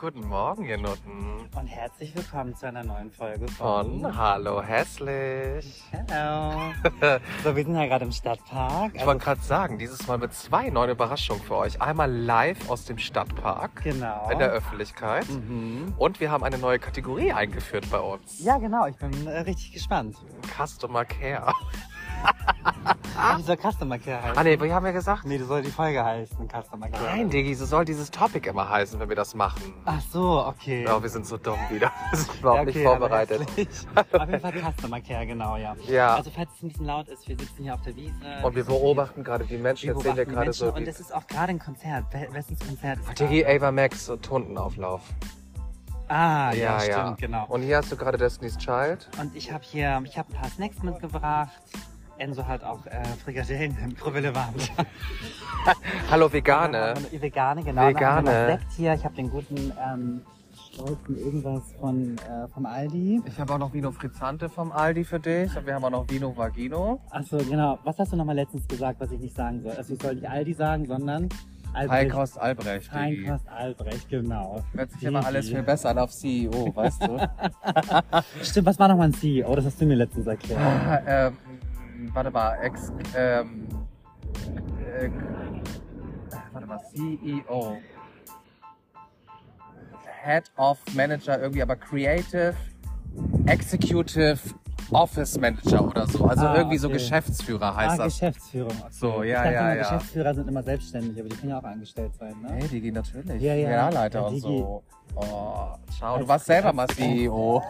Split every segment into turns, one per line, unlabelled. Guten Morgen, ihr Nutten.
Und herzlich willkommen zu einer neuen Folge von
Von Hallo Hässlich.
Hello. so, wir sind ja gerade im Stadtpark.
Ich wollte gerade sagen, dieses Mal mit zwei neuen Überraschungen für euch. Einmal live aus dem Stadtpark
Genau.
in der Öffentlichkeit.
mhm.
Und wir haben eine neue Kategorie eingeführt bei uns.
Ja, genau. Ich bin äh, richtig gespannt.
Customer Care.
Ah. Dieser Customer Care heißt.
Ah nee, wir haben ja gesagt.
Nee, das soll die Folge heißen, Customer Care.
Nein, Diggi, so soll dieses Topic immer heißen, wenn wir das machen.
Ach so, okay.
Ja, wir sind so dumm wieder. Wir sind überhaupt nicht
okay, aber
vorbereitet.
herzlich. Auf jeden Fall Customer Care, genau, ja.
Ja.
Also falls es ein bisschen laut ist, wir sitzen hier auf der Wiese.
Und wir
sind hier-
beobachten gerade die Menschen.
wir
Jetzt sehen
beobachten
wir
die
gerade
Menschen
so
und
die
es ist auch gerade ein Konzert. Wel- Wessen Konzert ist
Diggi,
gerade?
Ava Max und Tuntenauflauf.
Ah, ja, stimmt, genau.
Und hier hast du gerade Destiny's Child.
Und ich habe hier, ich habe ein paar Snacks mitgebracht. Enzo hat auch äh, Frikadellen im Mikrowelle warm.
Hallo Vegane.
Dann haben wir noch- Vegane, genau. Dann haben wir
Vegane.
noch Sekt hier. Ich habe den guten ähm, stolzen irgendwas von äh, vom Aldi.
Ich habe auch noch Vino Frizzante vom Aldi für dich. Und wir haben auch noch Vino Vagino.
Achso, genau. Was hast du nochmal letztens gesagt, was ich nicht sagen soll? Also ich soll nicht Aldi sagen, sondern
Heilkost Albrecht. Digi.
Feinkost Albrecht, genau.
Hört sich
Digi.
immer alles viel besser an auf CEO, weißt du?
Stimmt, was war nochmal ein CEO? Oh, Das hast du mir letztens erklärt.
ähm, warte mal, ex. Ähm, äh, warte mal, E CEO. Head of Manager irgendwie, aber Creative Executive Office Manager oder so. Also
Ah,
irgendwie so
okay.
Geschäftsführer heißt
ah,
das.
Geschäftsführung. Okay.
So,
Ich
ja,
dachte
ja,
immer,
ja.
Geschäftsführer sind immer selbstständig, aber die können ja auch angestellt sein, ne?
Hey, Digi, natürlich.
Ja, ja.
Generalleiter
Ja,
und
Digi.
so. Oh, schau, du
Als-
warst selber
als-
mal E CEO.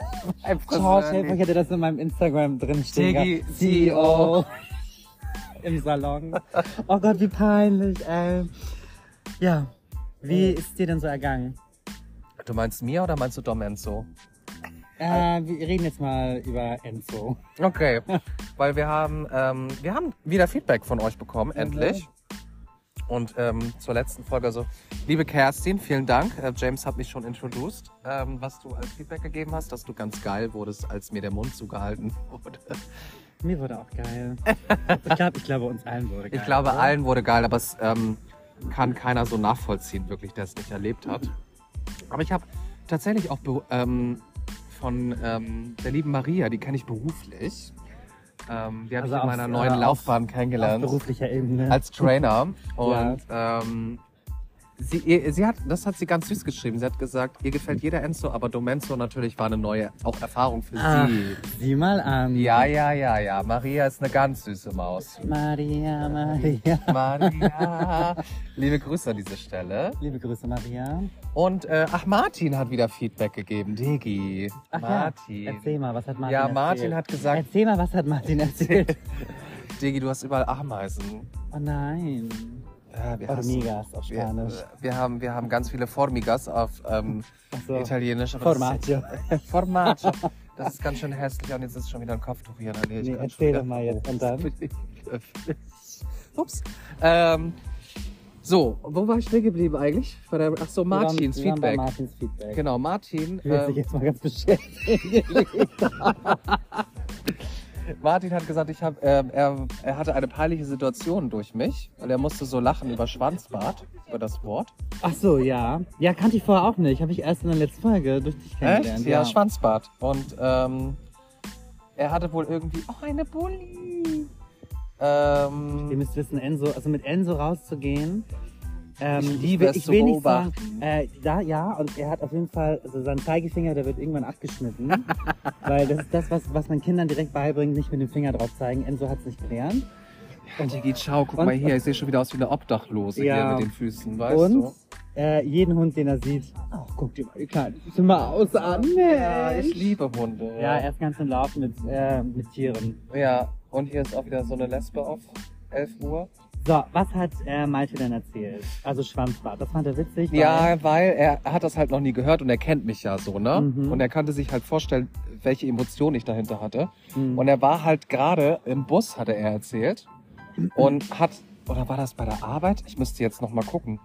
Ein
Ciao, Chef, ich hätte das in meinem Instagram drin stehen.
Digi,
gehabt. E
CEO.
Im Salon. Oh Gott, wie peinlich, ey. Ja. Wie
Äh.
ist dir denn so ergangen?
Du meinst mir oder meinst du Dom Enzo?
Äh, wir reden jetzt mal über Enzo.
Okay, weil wir haben, ähm, wir haben wieder Feedback von euch bekommen, endlich. Und ähm, zur letzten Folge, also liebe Kerstin, vielen Dank. Äh, James hat mich schon introduced, ähm, was du als Feedback gegeben hast, dass du ganz geil wurdest, als mir der Mund zugehalten wurde.
Mir wurde auch geil. Ich glaube, ich glaube uns allen wurde geil.
Ich glaube,
oder?
allen wurde geil, aber es ähm, kann keiner so nachvollziehen, wirklich, der es nicht erlebt hat. Aber ich habe tatsächlich auch be- ähm, von ähm, der lieben Maria, die kenne ich beruflich. Ähm, die habe
Also
ich in
auf-
meiner
äh,
neuen
auf-
Laufbahn
Auf
kennengelernt
beruflicher Ebene.
als Trainer. Und ähm, sie, ihr, sie hat, das hat sie ganz süß geschrieben. Sie hat gesagt, ihr gefällt jeder Enzo, aber Domenzo natürlich war eine neue auch Erfahrung für
Ach,
sie.
sieh mal an.
Ja, ja, ja, ja. Maria ist eine ganz süße Maus.
Maria, Maria.
Maria. Liebe Grüße an diese Stelle.
Liebe Grüße, Maria.
Und äh, ach, Martin hat wieder Feedback gegeben. Digi.
Ach ja,
Martin.
Erzähl mal, was hat Martin
Ja,
erzählt?
Martin hat gesagt-
Erzähl mal, was hat Martin erzählt?
Digi, du hast überall Ameisen.
Oh nein.
Äh, wir hassen-
Hormigas auf
Wir,
Spanisch.
äh, wir, haben, wir haben ganz viele Formigas auf ähm,
Also,
Italienisch. aber das
Formaggio.
ist- Formaggio. Das ist ganz schön hässlich und jetzt ist schon wieder ein Kopftuch hier. Nee, ich
Nee,
kann schon
erzähl
wieder-
doch mal jetzt und dann.
Ups. Ähm, so, wo war ich stehen geblieben eigentlich? Bei der, ach so, Martins
wir waren, Wir waren bei
Feedback.
Martins Feedback.
Genau, Martin.
Ich will
ähm,
sich jetzt mal ganz beschäftigen.
Martin hat gesagt, ich hab, ähm, er, er hatte eine peinliche Situation durch mich, weil er musste so lachen über Schwanzbart, über das Wort.
Ach so, ja. Ja, kannte ich vorher auch nicht. Habe ich erst in der letzten Folge durch dich kennengelernt.
Ja, Schwanzbart. Und ähm, er hatte wohl irgendwie, oh, eine Bulli.
Ihr
Ähm,
müsst wissen, Enzo, also mit Enso rauszugehen. ähm,
Ich liebe
will-
es
ich
zu
will nicht sagen,
beobachten.
äh, da, ja, und er hat auf jeden Fall, also sein Zeigefinger, der wird irgendwann abgeschnitten. weil das ist das, was, was man Kindern direkt beibringt, nicht mit dem Finger drauf zeigen. Enzo hat es nicht gelernt.
Digi, schau, guck
Und-
mal hier, ich sehe schon wieder aus wie eine Obdachlose hier
Ja.
mit den Füßen, weißt
und
du?
äh, jeden Hund, den er sieht, oh, guck dir mal die kleinen Füße mal aus an.
Ja,
Mensch.
ich liebe Hunde.
Ja, er ist ganz im Lauf mit, äh, mit Tieren.
ja, und hier ist auch wieder so eine Lesbe auf 11 Uhr.
So, was hat äh, Malte denn erzählt? Also Schwanzbart, das fand er witzig. weil-
Ja, weil er hat das halt noch nie gehört und er kennt mich ja so, ne?
Mhm.
Und er konnte sich halt vorstellen, welche Emotion ich dahinter hatte.
Hm.
Und er war halt gerade im Bus, hatte er erzählt. Und hat, oder war das bei der Arbeit? Ich müsste jetzt nochmal gucken.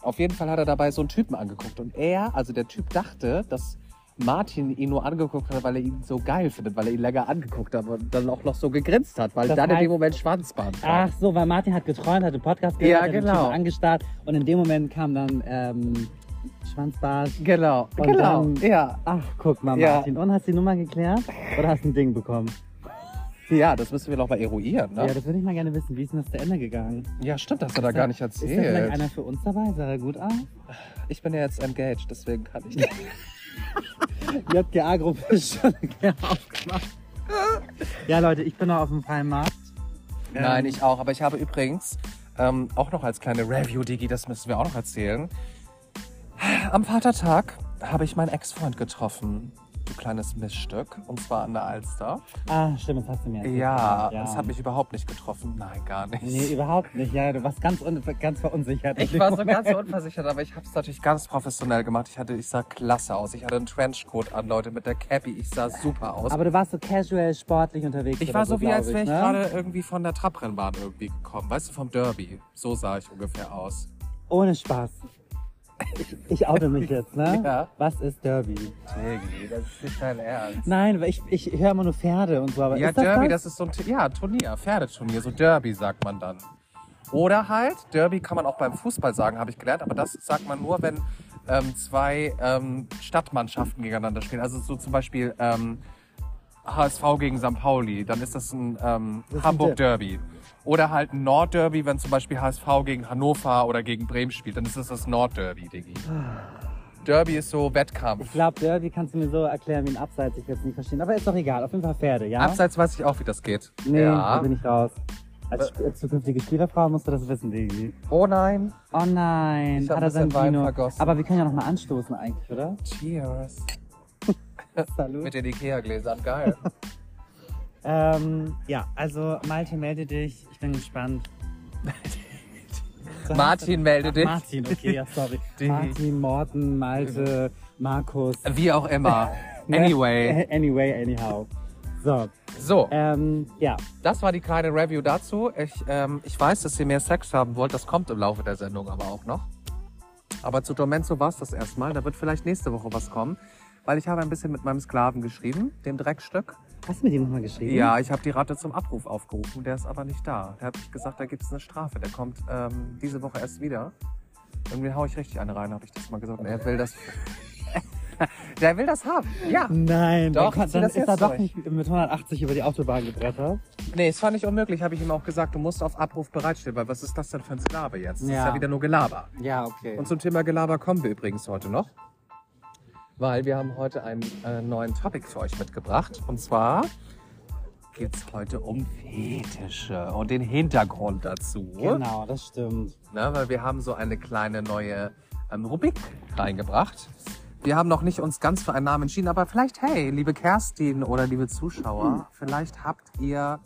Auf jeden Fall hat er dabei so einen Typen angeguckt. Und er, also der Typ dachte, dass Martin ihn nur angeguckt hat, weil er ihn so geil findet, weil er ihn länger angeguckt hat und dann auch noch so gegrinst hat, weil
Das
dann in
heißt- Ah,
dem Moment Schwanzband war.
Ach so, weil Martin hat geträumt, hat einen Podcast
Ja,
gehört, hat den
genau.
Typen angestarrt und in dem Moment kam dann ähm, Schwanzbart.
Genau,
Und
genau.
dann-
ja,
Ach, guck mal,
Ja.
Martin. Und hast die Nummer geklärt? Oder hast ein Ding bekommen?
ja, das müssen wir noch mal eruieren.
Ja,
Ne?
das würde ich mal gerne wissen. Wie ist denn das zu Ende gegangen?
Ja, stimmt, das hat er
Ist
gar
da-
nicht
Ist da vielleicht
erzählt.
einer für uns dabei? Sah er gut aus?
Ich bin ja jetzt engaged, deswegen kann ich nicht.
JGA-Gruppe ist schon gerne aufgemacht. Ja, Leute, ich bin noch auf dem freien Markt. Ähm,
Nein, ich auch. Aber ich habe übrigens ähm, auch noch als kleine Review, Digi, das müssen wir auch noch erzählen. Am Vatertag habe ich meinen Ex-Freund getroffen. Du kleines Missstück. Und zwar an der Alster.
Ah, stimmt, das hast du mir erzählt.
Ja, das hat mich überhaupt nicht getroffen. Nein, gar nicht.
Nee, überhaupt nicht. Ja, du warst ganz, un ganz verunsichert.
Ich war so ganz unversichert, aber ich habe es natürlich ganz professionell gemacht. Ich hatte, ich sah klasse aus. Ich hatte einen Trenchcoat an, Leute, mit der Cappy. Ich sah super aus.
Aber du warst so casual, sportlich unterwegs.
ich
oder
war so wie,
glaub
als wäre ich
ne?
gerade irgendwie von der Trabrennbahn irgendwie gekommen. Weißt du, vom Derby. So sah ich ungefähr aus.
Ohne Spaß. Ich oute mich jetzt, ne?
Ja.
Was ist Derby?
Digi, das ist nicht dein Ernst.
Nein, weil ich, ich höre immer nur Pferde und so, aber
ja,
ist das
Derby,
das?
das? ist so ein T- ja, Turnier, Pferdeturnier, so Derby sagt man dann. Oder halt, Derby kann man auch beim Fußball sagen, habe ich gelernt, aber das sagt man nur, wenn ähm, zwei ähm, Stadtmannschaften gegeneinander spielen. Also so zum Beispiel ähm, HSV gegen St. Pauli, dann ist das ein ähm,
Das ist ein
Hamburg-Derby. Oder halt ein Nordderby, wenn zum Beispiel HSV gegen Hannover oder gegen Bremen spielt, dann ist das das Nordderby, Diggi. Derby ist so Wettkampf.
Ich glaube, Derby kannst du mir so erklären wie ein Abseits. Ich werde es nicht verstehen. Aber ist doch egal. Auf jeden Fall Pferde, ja?
Abseits weiß ich auch, wie das geht.
Nee, da
ja.
bin ich raus. Als, als zukünftige Spielerfrau musst du das wissen, Digi.
Oh nein.
Oh nein,
Ich hab
hat
ein
er sein
bisschen Wein
Vino.
vergossen.
Aber wir können ja nochmal anstoßen eigentlich, oder?
Cheers.
Salut.
Mit den Ikea-Gläsern, geil.
Ähm, ja, also Malte, melde dich. Ich bin gespannt. So heißt
Martin, melde
er-
dich.
Martin, okay, ja, sorry.
Digi.
Martin, Morten, Malte, Markus.
Wie auch immer.
Ne?
Äh, Anyway.
Anyway, anyhow. So,
So,
ähm, ja.
das war die kleine Review dazu. Ich, ähm, ich weiß, dass ihr mehr Sex haben wollt. Das kommt im Laufe der Sendung aber auch noch. Aber zu Dormenzo war es das erstmal. Da wird vielleicht nächste Woche was kommen. Weil ich habe ein bisschen mit meinem Sklaven geschrieben, dem Dreckstück.
Hast du mit ihm nochmal geschrieben?
Ja, ich habe die Ratte zum Abruf aufgerufen. Der ist aber nicht da. Der hat mich gesagt, da gibt es eine Strafe. Der kommt ähm, diese Woche erst wieder. Irgendwie hau ich richtig eine rein, habe ich das mal gesagt. Und er will das. der will das haben. Ja.
Nein,
Doch,
dann kann-
zieh
dann
das
ist er
jetzt
doch
durch.
nicht mit 180 über die Autobahn gebrettert.
Nee, es fand ich unmöglich, habe ich ihm auch gesagt, du musst auf Abruf bereitstellen, weil was ist das denn für ein Sklave jetzt? Das ist
Ja.
ja wieder nur Gelaber.
Ja, okay.
Und zum Thema Gelaber kommen wir übrigens heute noch, weil wir haben heute einen äh, neuen Topic für euch mitgebracht. Und zwar geht's heute um Fetische und den Hintergrund dazu.
genau, das stimmt.
Ne, weil wir haben so eine kleine neue ähm, Rubrik reingebracht.
Mhm.
Wir haben noch nicht uns ganz für einen Namen entschieden, aber vielleicht, hey, liebe Kerstin oder liebe
Mhm.
Zuschauer, vielleicht habt ihr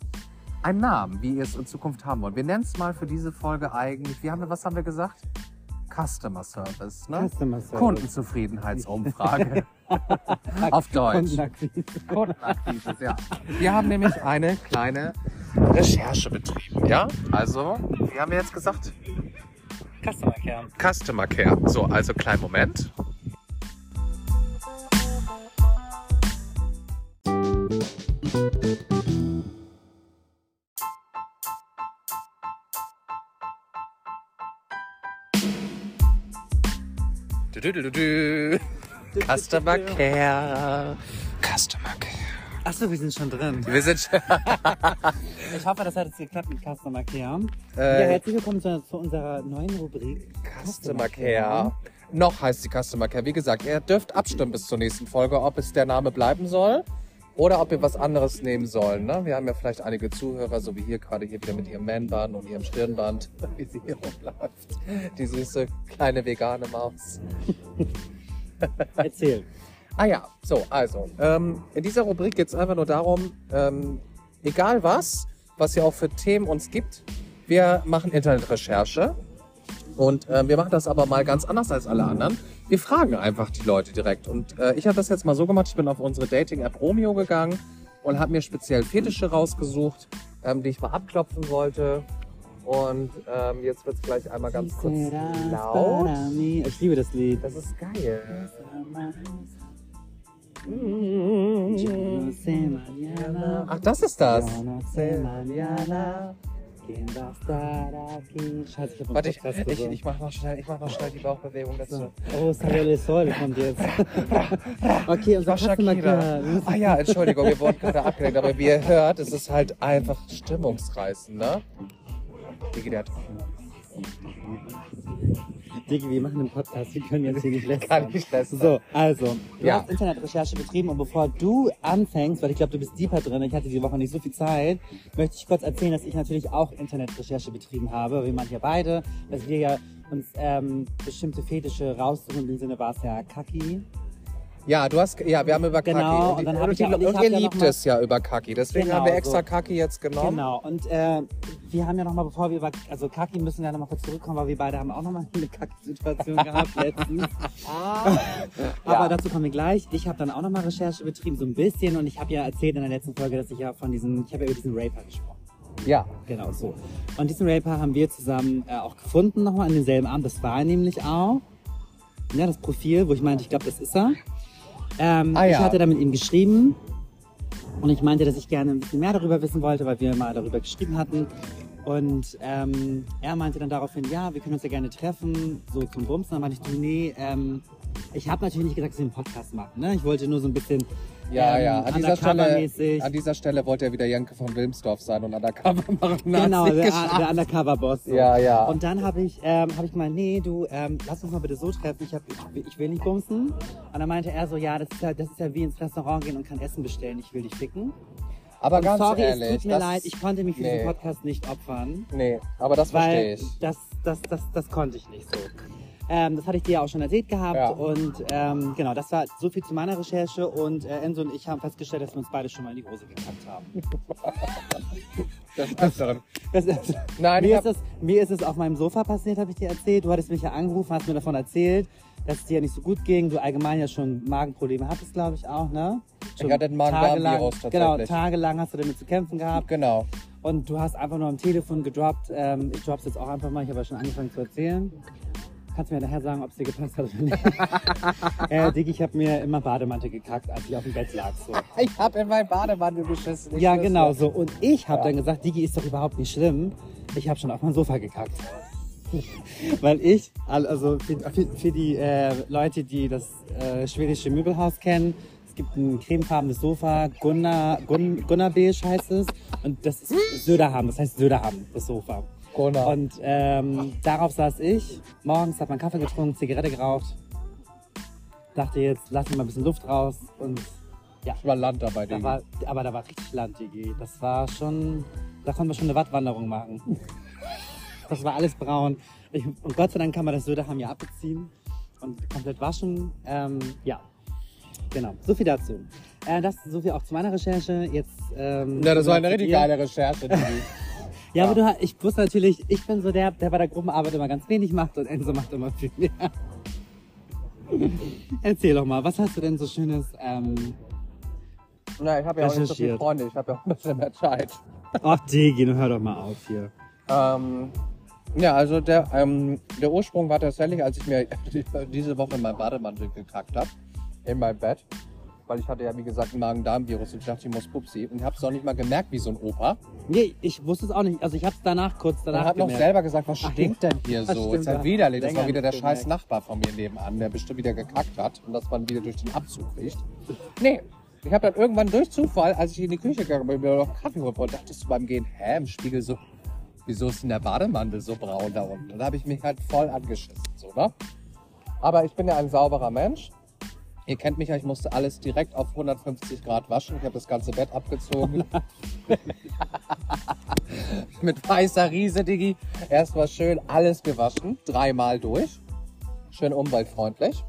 einen Namen, wie ihr es in Zukunft haben wollt. Wir nennen es mal für diese Folge eigentlich, wie haben wir, was haben wir gesagt? Customer Service, ne?
Customer Service.
Kundenzufriedenheitsumfrage. Auf Deutsch.
Kundenakquise.
Kundenakquise, ja. Wir haben nämlich eine kleine Recherche betrieben, ja? Also, wir haben jetzt gesagt,
Customer Care.
Customer Care. So, also kleinen Moment. Du, du, du, du, du. Customer Care. Customer Care.
Achso, wir sind schon drin.
Wir sind schon.
Ich hoffe, das hat jetzt geklappt mit Customer Care.
Äh,
ja, herzlich willkommen zu, zu unserer neuen Rubrik.
Customer Care. Noch heißt sie Customer Care. Wie gesagt, ihr dürft abstimmen bis zur nächsten Folge, ob es der Name bleiben soll oder ob wir was anderes nehmen sollen. Ne? Wir haben ja vielleicht einige Zuhörer, so wie hier gerade hier wieder mit ihrem Man-Band und ihrem Stirnband, wie sie hier rumläuft. Die süße kleine vegane Maus.
Erzähl.
Ah ja, so, also. Ähm, in dieser Rubrik geht es einfach nur darum, ähm, egal was, was ihr auch für Themen uns gibt, wir machen Internetrecherche. Und ähm, wir machen das aber mal ganz anders als alle anderen. Wir fragen einfach die Leute direkt. Und äh, ich habe das jetzt mal so gemacht, ich bin auf unsere Dating-App Romeo gegangen und habe mir speziell Fetische rausgesucht, ähm, die ich mal abklopfen wollte. Und ähm, jetzt wird es gleich einmal ganz kurz laut.
Ich liebe das Lied.
Das ist geil. Ach, das ist das.
Den Bastaraki. Scheiße, ich hab
Warte, ich,
Podcast
ich,
gesungen.
ich mach noch schnell, ich mach noch schnell die Bauchbewegung dazu.
So. Oh, Sarelle Sol kommt jetzt. Okay,
Ich war
unser
Shakira.
Customer-Care.
Ah ja, Entschuldigung, wir wurden gerade abgelenkt, aber wie ihr hört, es ist halt einfach stimmungsreißend, ne? Digi, der hat
Digi, wir machen einen Podcast, wir können jetzt hier nicht
gar
lästern.
nicht lästern.
So, also, du
Ja.
hast Internetrecherche betrieben und bevor du anfängst, weil ich glaube, du bist deeper drin, ich hatte die Woche nicht so viel Zeit, möchte ich kurz erzählen, dass ich natürlich auch Internetrecherche betrieben habe, wie man ja beide, dass wir ja uns ähm, bestimmte Fetische raussuchen, in dem Sinne war es ja Kaki.
Ja, du hast, ja, wir haben über
Genau,
Kaki.
und dann hab ich ja-
die-
und ich hab
ihr
ja noch
liebt
mal-
es ja über Kaki, deswegen
Genau,
haben wir extra
so.
Kaki jetzt genommen.
Genau, und äh, wir haben ja nochmal, bevor wir über, also Kaki müssen ja nochmal kurz zurückkommen, weil wir beide haben auch nochmal eine Kaki-Situation gehabt letztens. Aber dazu kommen wir gleich. Ich habe dann auch nochmal Recherche betrieben, so ein bisschen. Und ich habe ja erzählt in der letzten Folge, dass ich ja von diesem, ich habe ja über diesen Raper gesprochen.
Ja,
Genau so. Und diesen Raper haben wir zusammen äh, auch gefunden nochmal an demselben Abend. Das war er nämlich auch. Ja, das Profil, wo ich meinte, ich glaube, das ist er. Ähm,
Ah,
Ich
ja.
hatte da mit ihm geschrieben. Und ich meinte, dass ich gerne ein bisschen mehr darüber wissen wollte, weil wir mal darüber geschrieben hatten. Und ähm, er meinte dann daraufhin, ja, wir können uns ja gerne treffen, so zum Bumsen. Dann meinte ich, du, nee, ähm, ich habe natürlich nicht gesagt, dass wir einen Podcast machen. Ne? Ich wollte nur so ein bisschen
ja,
ähm,
ja. An dieser, Stelle,
undercover-mäßig.
an dieser Stelle wollte er wieder Janke von Wilmsdorf sein und undercover machen. Hat's
Genau,
nicht
der,
geschafft.
der Undercover-Boss. so.
Ja, ja.
Und dann habe ich, ähm, hab ich gemeint, nee, du, ähm, lass uns mal bitte so treffen, ich, hab, ich, ich will nicht bumsen. Und dann meinte er so, ja das, ist ja, das ist ja wie ins Restaurant gehen und kann Essen bestellen, ich will dich ficken.
aber
und
ganz
sorry,
ehrlich.
es tut mir
das,
leid, ich konnte mich für
nee.
diesen Podcast nicht opfern,
Nee, aber das verstehe
weil
ich.
das, das, das, das konnte ich nicht so. Ähm, das hatte ich dir ja auch schon erzählt gehabt
Ja.
und ähm, genau, das war so viel zu meiner Recherche und äh, Enzo und ich haben festgestellt, dass wir uns beide schon mal in die Hose gekackt haben.
Das Öfteren.
Das ist,
Nein, ich
mir,
hab-
ist es, mir ist es auf meinem Sofa passiert, habe ich dir erzählt. Du hattest mich ja angerufen, hast mir davon erzählt, dass es dir nicht so gut ging. Du allgemein ja schon Magenprobleme hattest, glaube ich auch, ne? Schon
hatte einen Magen-Darm-Virus
tagelang- Genau,
tatsächlich.
tagelang hast du damit zu kämpfen gehabt.
Genau.
Und du hast einfach nur am Telefon gedroppt. Ähm, ich dropp's jetzt auch einfach mal, ich habe ja schon angefangen zu erzählen. Kannst mir nachher sagen, ob es dir gepasst hat oder nicht. äh, Diggi, ich habe mir immer Bademantel gekackt, als ich auf dem Bett lag. So.
Ich habe in meinen Badewanne beschissen. ich
Ja,
schwör's
genau
dir.
so. Und ich habe dann gesagt, Digi ist doch überhaupt nicht schlimm. Ich habe schon auf mein Sofa gekackt. Weil ich, also für, für, für die äh, Leute, die das äh, schwedische Möbelhaus kennen, es gibt ein cremefarbenes Sofa, Gunnar, Gun, Gunnar Beige heißt es. Und das ist Söderham, das heißt Söderham, das Sofa.
Gunnar.
Und ähm, darauf saß ich. Morgens hat man Kaffee getrunken, Zigarette geraucht. Dachte jetzt, lass mir mal ein bisschen Luft raus und ja.
Ich war Land dabei, Digi.
Da war, aber da war richtig Land, Digi. Das war schon. Da konnten wir schon eine Wattwanderung machen. Das war alles braun. Ich, und Gott sei Dank kann man das Söderham ja abbeziehen und komplett waschen. Ähm, ja, genau. So viel dazu. Äh, das so viel auch zu meiner Recherche. Jetzt. Ähm,
ja, das war eine
zu
richtig
dir.
geile Recherche, Digi.
Ja, aber du, ich wusste natürlich, ich bin so der, der bei der Gruppenarbeit immer ganz wenig macht und Enzo macht immer viel mehr. Erzähl doch mal, was hast du denn so schönes? Ähm,
Nein, ich habe ja auch nicht so viele
Recherchiert.
Freunde, ich habe ja auch ein bisschen mehr Zeit.
oh, Digi, nun hör doch mal auf hier.
Ähm, ja, also der, ähm, der Ursprung war tatsächlich, als ich mir diese Woche in meinen Bademantel gekackt habe, in mein Bett, weil ich hatte ja wie gesagt einen Magen-Darm-Virus und ich dachte, ich muss pupsi und hab's auch nicht mal gemerkt wie so ein Opa.
Nee, ich wusste es auch nicht. Also ich hab's danach kurz
Und
danach
hab noch
gemerkt.
selber gesagt, was
Ach,
stinkt denn hier
das
so?
stimmt,
Ist ja
ja.
widerlich. Das war
Länger
wieder der
nicht
scheiß
gemerkt.
Nachbar von mir nebenan, der bestimmt wieder gekackt hat und dass man wieder durch den Abzug riecht. Nee, ich habe dann irgendwann durch Zufall, als ich in die Küche gegangen bin, mir noch Kaffee geholt und dachtest du beim Gehen, hä, im Spiegel so, wieso ist denn der Bademantel so braun da unten? Und da habe ich mich halt voll angeschissen, so, ne? Aber ich bin ja ein sauberer Mensch. Ihr kennt mich ja, ich musste alles direkt auf 150 Grad waschen. Ich habe das ganze Bett abgezogen. Mit weißer Riese, Diggi. Erstmal schön alles gewaschen. Dreimal durch. Schön umweltfreundlich.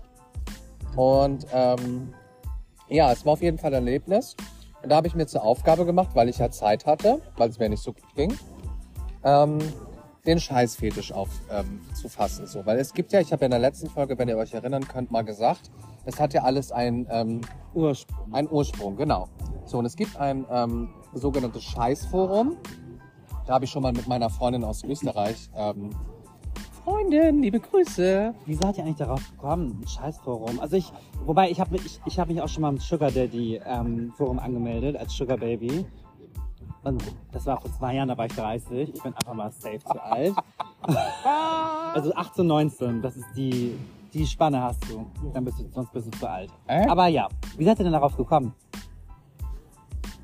Und ähm, ja, es war auf jeden Fall ein Erlebnis. Und da habe ich mir zur Aufgabe gemacht, weil ich ja Zeit hatte, weil es mir nicht so gut ging, ähm, den Scheißfetisch aufzufassen. Ähm, zu fassen, so. Weil es gibt ja, ich habe ja in der letzten Folge, wenn ihr euch erinnern könnt, mal gesagt, es hat ja alles ein ähm,
Ursprung.
ein Ursprung, genau. So, und es gibt ein ähm, sogenanntes Scheißforum. Da habe ich schon mal mit meiner Freundin aus Österreich. Ähm, Freundin, liebe Grüße.
Wieso hat ihr eigentlich darauf gekommen? Ein Scheißforum. Also ich, wobei ich habe mich, ich, ich hab mich auch schon mal im Sugar Daddy ähm, Forum angemeldet als Sugar Baby. Und das war vor zwei Jahren, da war ich 30. Ich bin einfach mal safe zu alt. Also 18, 19, das ist die, die Spanne hast du. Dann bist du, sonst bist du zu alt.
Äh?
Aber ja, wie seid ihr denn darauf gekommen?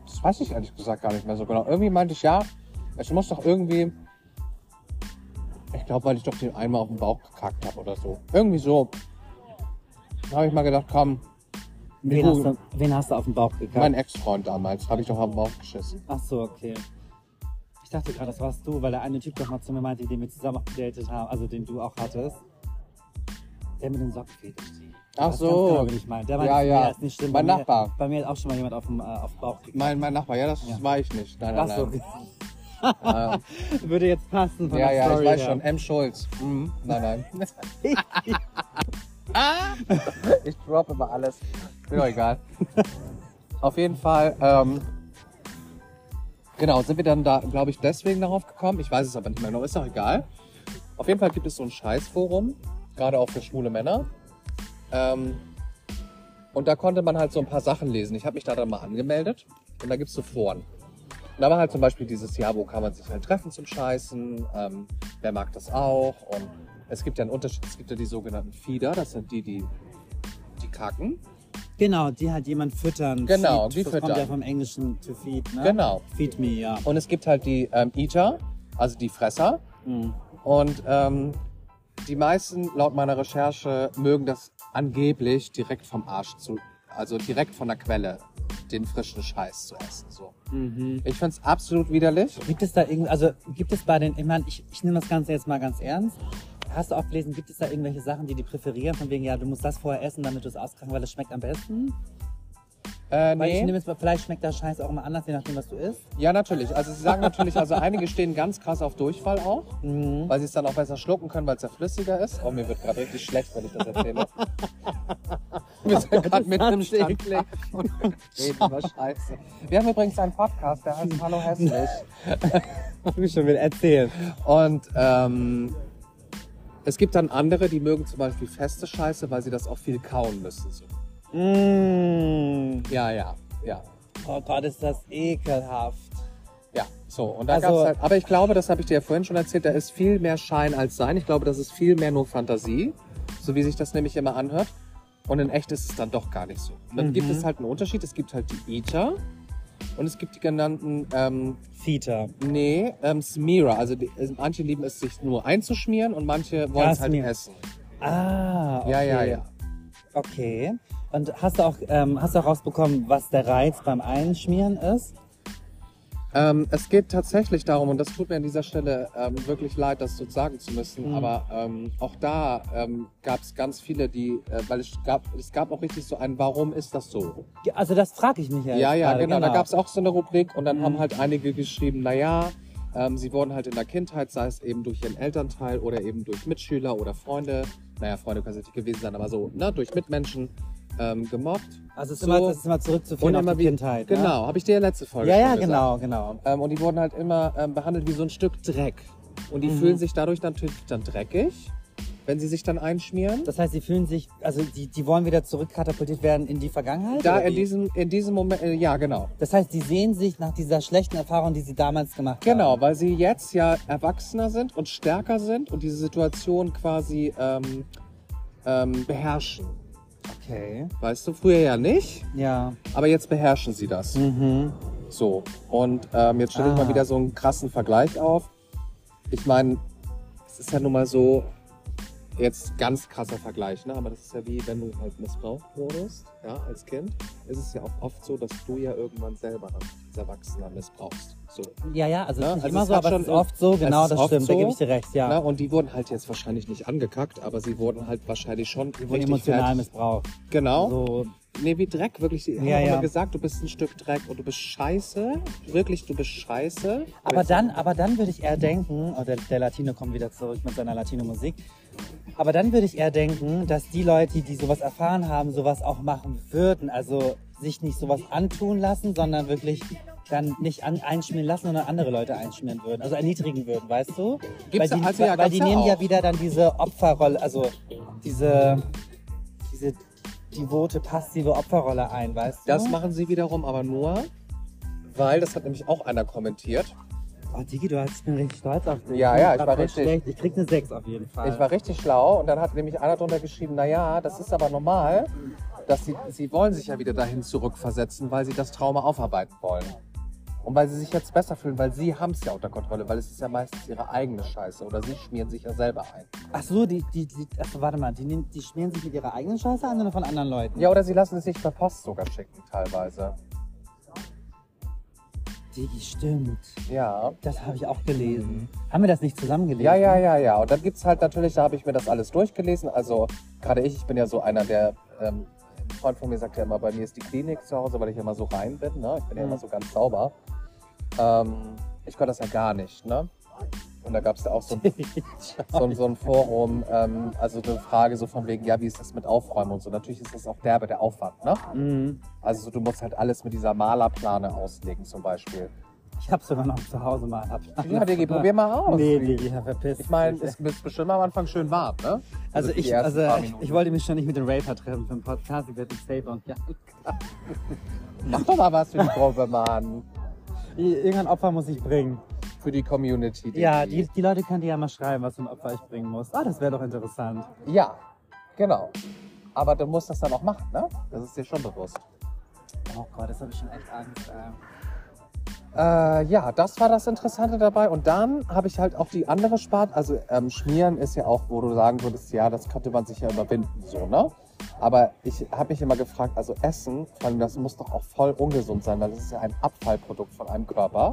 Das weiß ich ehrlich gesagt gar nicht mehr so genau. Irgendwie meinte ich, ja, es muss doch irgendwie. Ich glaube, weil ich doch den einmal auf den Bauch gekackt habe oder so. Irgendwie so. Da habe ich mal gedacht, komm, wir
Wen hast,
googeln.
du, wen hast du auf den Bauch gekackt?
mein Ex-Freund damals, habe ich doch auf den Bauch geschissen.
Ach so, okay. Ich dachte gerade, das warst du, weil der eine Typ doch mal zu mir meinte, den wir zusammen gedatet haben, also den du auch hattest. Der mit dem Sockenfetisch.
Ach
Weißt
so.
Ganz genau, wen ich meine. Der meinte,
Ja,
zu mir,
ja.
ist nicht schlimm.
Mein
bei
Nachbar.
Mir, bei mir hat auch schon mal jemand auf dem, äh, auf den Bauch gekackt.
Mein, mein Nachbar, ja, das
Ja.
war ich nicht. Nein,
Ach
nein,
so.
nein. Ah,
Würde jetzt passen von
ja,
der
ja,
Story
ich weiß
her.
schon. M. Schulz. Mhm. Nein, nein. ich droppe immer alles. Mir doch egal. Auf jeden Fall, ähm, genau, sind wir dann da, glaube ich, deswegen darauf gekommen. Ich weiß es aber nicht mehr genau, ist auch egal. Auf jeden Fall gibt es so ein Scheißforum, gerade auch für schwule Männer. Ähm, und da konnte man halt so ein paar Sachen lesen. Ich habe mich da dann mal angemeldet und da gibt es so Foren. Und da war halt zum Beispiel dieses Jahr, wo kann man sich halt treffen zum Scheißen, ähm, wer mag das auch. Und es gibt ja einen Unterschied, es gibt ja die sogenannten Feeder, das sind die, die, die kacken.
Genau, die hat jemand füttern.
Genau,
feed.
die
das kommt
füttern.
ja vom Englischen to feed, ne?
Genau.
Feed me, ja.
Und es gibt halt die ähm, Eater, also die Fresser.
Mhm.
Und ähm, die meisten, laut meiner Recherche, mögen das angeblich direkt vom Arsch zu, also direkt von der Quelle, den frischen Scheiß zu essen. So.
Mhm.
Ich find's absolut widerlich.
Gibt es da irgendwie, also gibt es bei den, ich meine, ich, ich nehme das Ganze jetzt mal ganz ernst. Hast du auch gelesen, gibt es da irgendwelche Sachen, die die präferieren, von wegen, ja, du musst das vorher essen, damit du es auskranken, weil das schmeckt am besten?
Äh,
Weil ich
nee.
nehme jetzt mal, vielleicht schmeckt der Scheiß auch immer anders, je nachdem, was du isst.
Ja, natürlich. Also sie sagen natürlich, also einige stehen ganz krass auf Durchfall auch, weil sie es dann auch besser schlucken können, weil es ja flüssiger ist. Oh, mir wird gerade richtig schlecht, wenn ich das erzähle. Wir sind gerade mit einem
Ansteck.
Standblick und reden über Scheiße. Wir haben übrigens einen Podcast, der heißt Hallo Hässlich.
Ich will schon wieder erzählen.
Und ähm, es gibt dann andere, die mögen zum Beispiel feste Scheiße, weil sie das auch viel kauen müssen. So.
Mmh.
Ja, ja, ja.
Oh Gott, ist das ekelhaft.
Ja, so. Und da
Also-
gab's halt, aber ich glaube, das habe ich dir ja vorhin schon erzählt, da ist viel mehr Schein als Sein. Ich glaube, das ist viel mehr nur Fantasie, so wie sich das nämlich immer anhört. Und in echt ist es dann doch gar nicht so. Und dann
Mhm.
gibt es halt einen Unterschied. Es gibt halt die Eater und es gibt die genannten, ähm,
Fita.
nee, ähm, Smearer. Also die, äh, manche lieben es, sich nur einzuschmieren und manche wollen es halt
Smear.
essen.
Ah, okay.
Ja, ja, ja.
Okay. Und hast du auch, ähm, hast du auch rausbekommen, was der Reiz beim Einschmieren ist?
Ähm, es geht tatsächlich darum, und das tut mir an dieser Stelle ähm, wirklich leid, das so sagen zu müssen,
Mhm.
aber ähm, auch da ähm, gab es ganz viele, die, äh, weil es gab, es gab auch richtig so ein, warum ist das so?
Ja, Also das frage ich mich ja.
ja,
jetzt
ja,
gerade,
genau, Da gab es auch so eine Rubrik und dann
Mhm.
haben halt einige geschrieben, naja, ähm, sie wurden halt in der Kindheit, sei es eben durch ihren Elternteil oder eben durch Mitschüler oder Freunde, naja, Freunde können es nicht gewesen sein, aber so, ne, durch Mitmenschen ähm, gemobbt.
Also es ist,
So.
immer, es ist immer zurückzuführen
Und
auf
immer
die
wie-
Kindheit. Ne?
Genau, habe ich dir ja letzte Folge
Ja,
schon
ja,
gesagt.
genau, genau.
Ähm, und die wurden halt immer ähm, behandelt wie so ein Stück Dreck. Und die
Mhm.
fühlen sich dadurch natürlich dann dreckig, wenn sie sich dann einschmieren.
Das heißt, sie fühlen sich, also die, die wollen wieder zurückkatapultiert werden in die Vergangenheit?
Da
oder
in
wie?
diesem, in diesem Moment, äh, ja, genau.
das heißt, die sehen sich nach dieser schlechten Erfahrung, die sie damals gemacht
Genau,
haben.
weil sie jetzt ja erwachsener sind und stärker sind und diese Situation quasi ähm, ähm, beherrschen.
Okay.
Weißt du, früher ja nicht,
Ja.
aber jetzt beherrschen sie das.
Mhm.
So, und ähm, jetzt stelle ich
Ah.
mal wieder so einen krassen Vergleich auf. Ich meine, es ist ja nun mal so, jetzt ganz krasser Vergleich, ne? aber das ist ja wie, wenn du halt missbraucht wurdest, ja, als Kind, ist es ja auch oft so, dass du ja irgendwann selber dann als Erwachsener missbrauchst. So.
Ja, ja, also es
Ja,
ist nicht
also
immer
es
so,
hat
aber es
schon
ist oft so, genau,
ist
das
oft
stimmt, da
so.
gebe ich dir recht, ja.
Ne? Und die wurden halt jetzt wahrscheinlich nicht angekackt, aber sie wurden halt wahrscheinlich schon
Die wurden
richtig
emotional
fertig.
missbraucht.
Genau.
So,
Nee, wie Dreck, wirklich. Die haben
Ja,
ja,
ja.
immer gesagt, du bist ein Stück Dreck und du bist scheiße. Wirklich, du bist scheiße.
Aber dann, aber dann würde ich eher denken, oh, der, der Latino kommt wieder zurück mit seiner Latino-Musik. Aber dann würde ich eher denken, dass die Leute, die sowas erfahren haben, sowas auch machen würden. Also sich nicht sowas antun lassen, sondern wirklich dann nicht an, einschmieren lassen, sondern andere Leute einschmieren würden. Also erniedrigen würden, weißt du?
Gibt's
weil die,
also ja,
weil die
gab's ja
nehmen ja
auch.
wieder dann diese Opferrolle, also diese, diese devote, passive Opferrolle ein, weißt du?
Das machen sie wiederum aber nur, Weil das hat nämlich auch einer kommentiert.
Oh, Digi, du hast, ich bin richtig stolz auf dich.
Ja, ja,
bin
ich
grad
war
voll
richtig-
Schlecht. Ich krieg eine 6 auf jeden Fall.
Ich war richtig schlau und dann hat nämlich einer drunter geschrieben, naja, das ist aber normal, dass sie, sie wollen sich ja wieder dahin zurückversetzen, weil sie das Trauma aufarbeiten wollen. Und weil sie sich jetzt besser fühlen, weil sie haben es ja unter Kontrolle, weil es ist ja meistens ihre eigene Scheiße oder sie schmieren sich ja selber ein.
Ach so, die, die, die, also warte mal, die, nehmen- die schmieren sich mit ihrer eigenen Scheiße an oder von anderen Leuten?
Ja, oder sie lassen es sich per Post sogar schicken teilweise.
Digi, stimmt.
Ja.
Das habe ich auch gelesen. Haben wir das nicht zusammengelesen?
Ja, ja, ja, ja. Und dann gibt's halt natürlich, da habe ich mir das alles durchgelesen. Also gerade ich, ich bin ja so einer, der, ähm, ein Freund von mir sagt ja immer, bei mir ist die Klinik zu Hause, weil ich immer so rein bin. Ne? Ich bin ja
Mhm.
immer so ganz sauber. Ähm, ich konnte das ja gar nicht. Ne? Und da gab's ja auch so ein, so, ein- so ein Forum, ähm, also eine Frage so von wegen, ja, wie ist das mit Aufräumen und so. Natürlich ist das auch derbe, der Aufwand. Ne?
Mhm.
Also so, du musst halt alles mit dieser Malerplane auslegen zum Beispiel.
Ich habe sogar noch zu Hause mal. Hab,
Ja, Digi, probier mal aus.
Nee, Digi, verpiss
Ich meine,
dich.
es ist bestimmt am Anfang schön warm, ne?
also
für die
ich,
ersten
also
paar
ich,
Minuten.
ich wollte mich schon nicht mit dem Raper treffen für den Podcast. Ich werde den Saber und ja.
Mach doch mal was für die Gruppe, Mann.
Irgendein Opfer muss ich bringen.
Für die Community. Digi.
Ja, die, die Leute können dir ja mal schreiben, was für ein Opfer ich bringen muss. Ah, das wäre doch interessant.
Ja, genau. Aber du musst das dann auch machen, ne? Das ist dir schon bewusst.
Oh Gott, das habe ich schon echt Angst. ähm. ey.
Äh, ja, das war das Interessante dabei. Und dann habe ich halt auch die andere Spart. Also ähm, Schmieren ist ja auch, wo du sagen würdest, ja, das könnte man sich ja überwinden, so, ne? Aber ich habe mich immer gefragt, also Essen, vor allem das muss doch auch voll ungesund sein, weil das ist ja ein Abfallprodukt von einem Körper.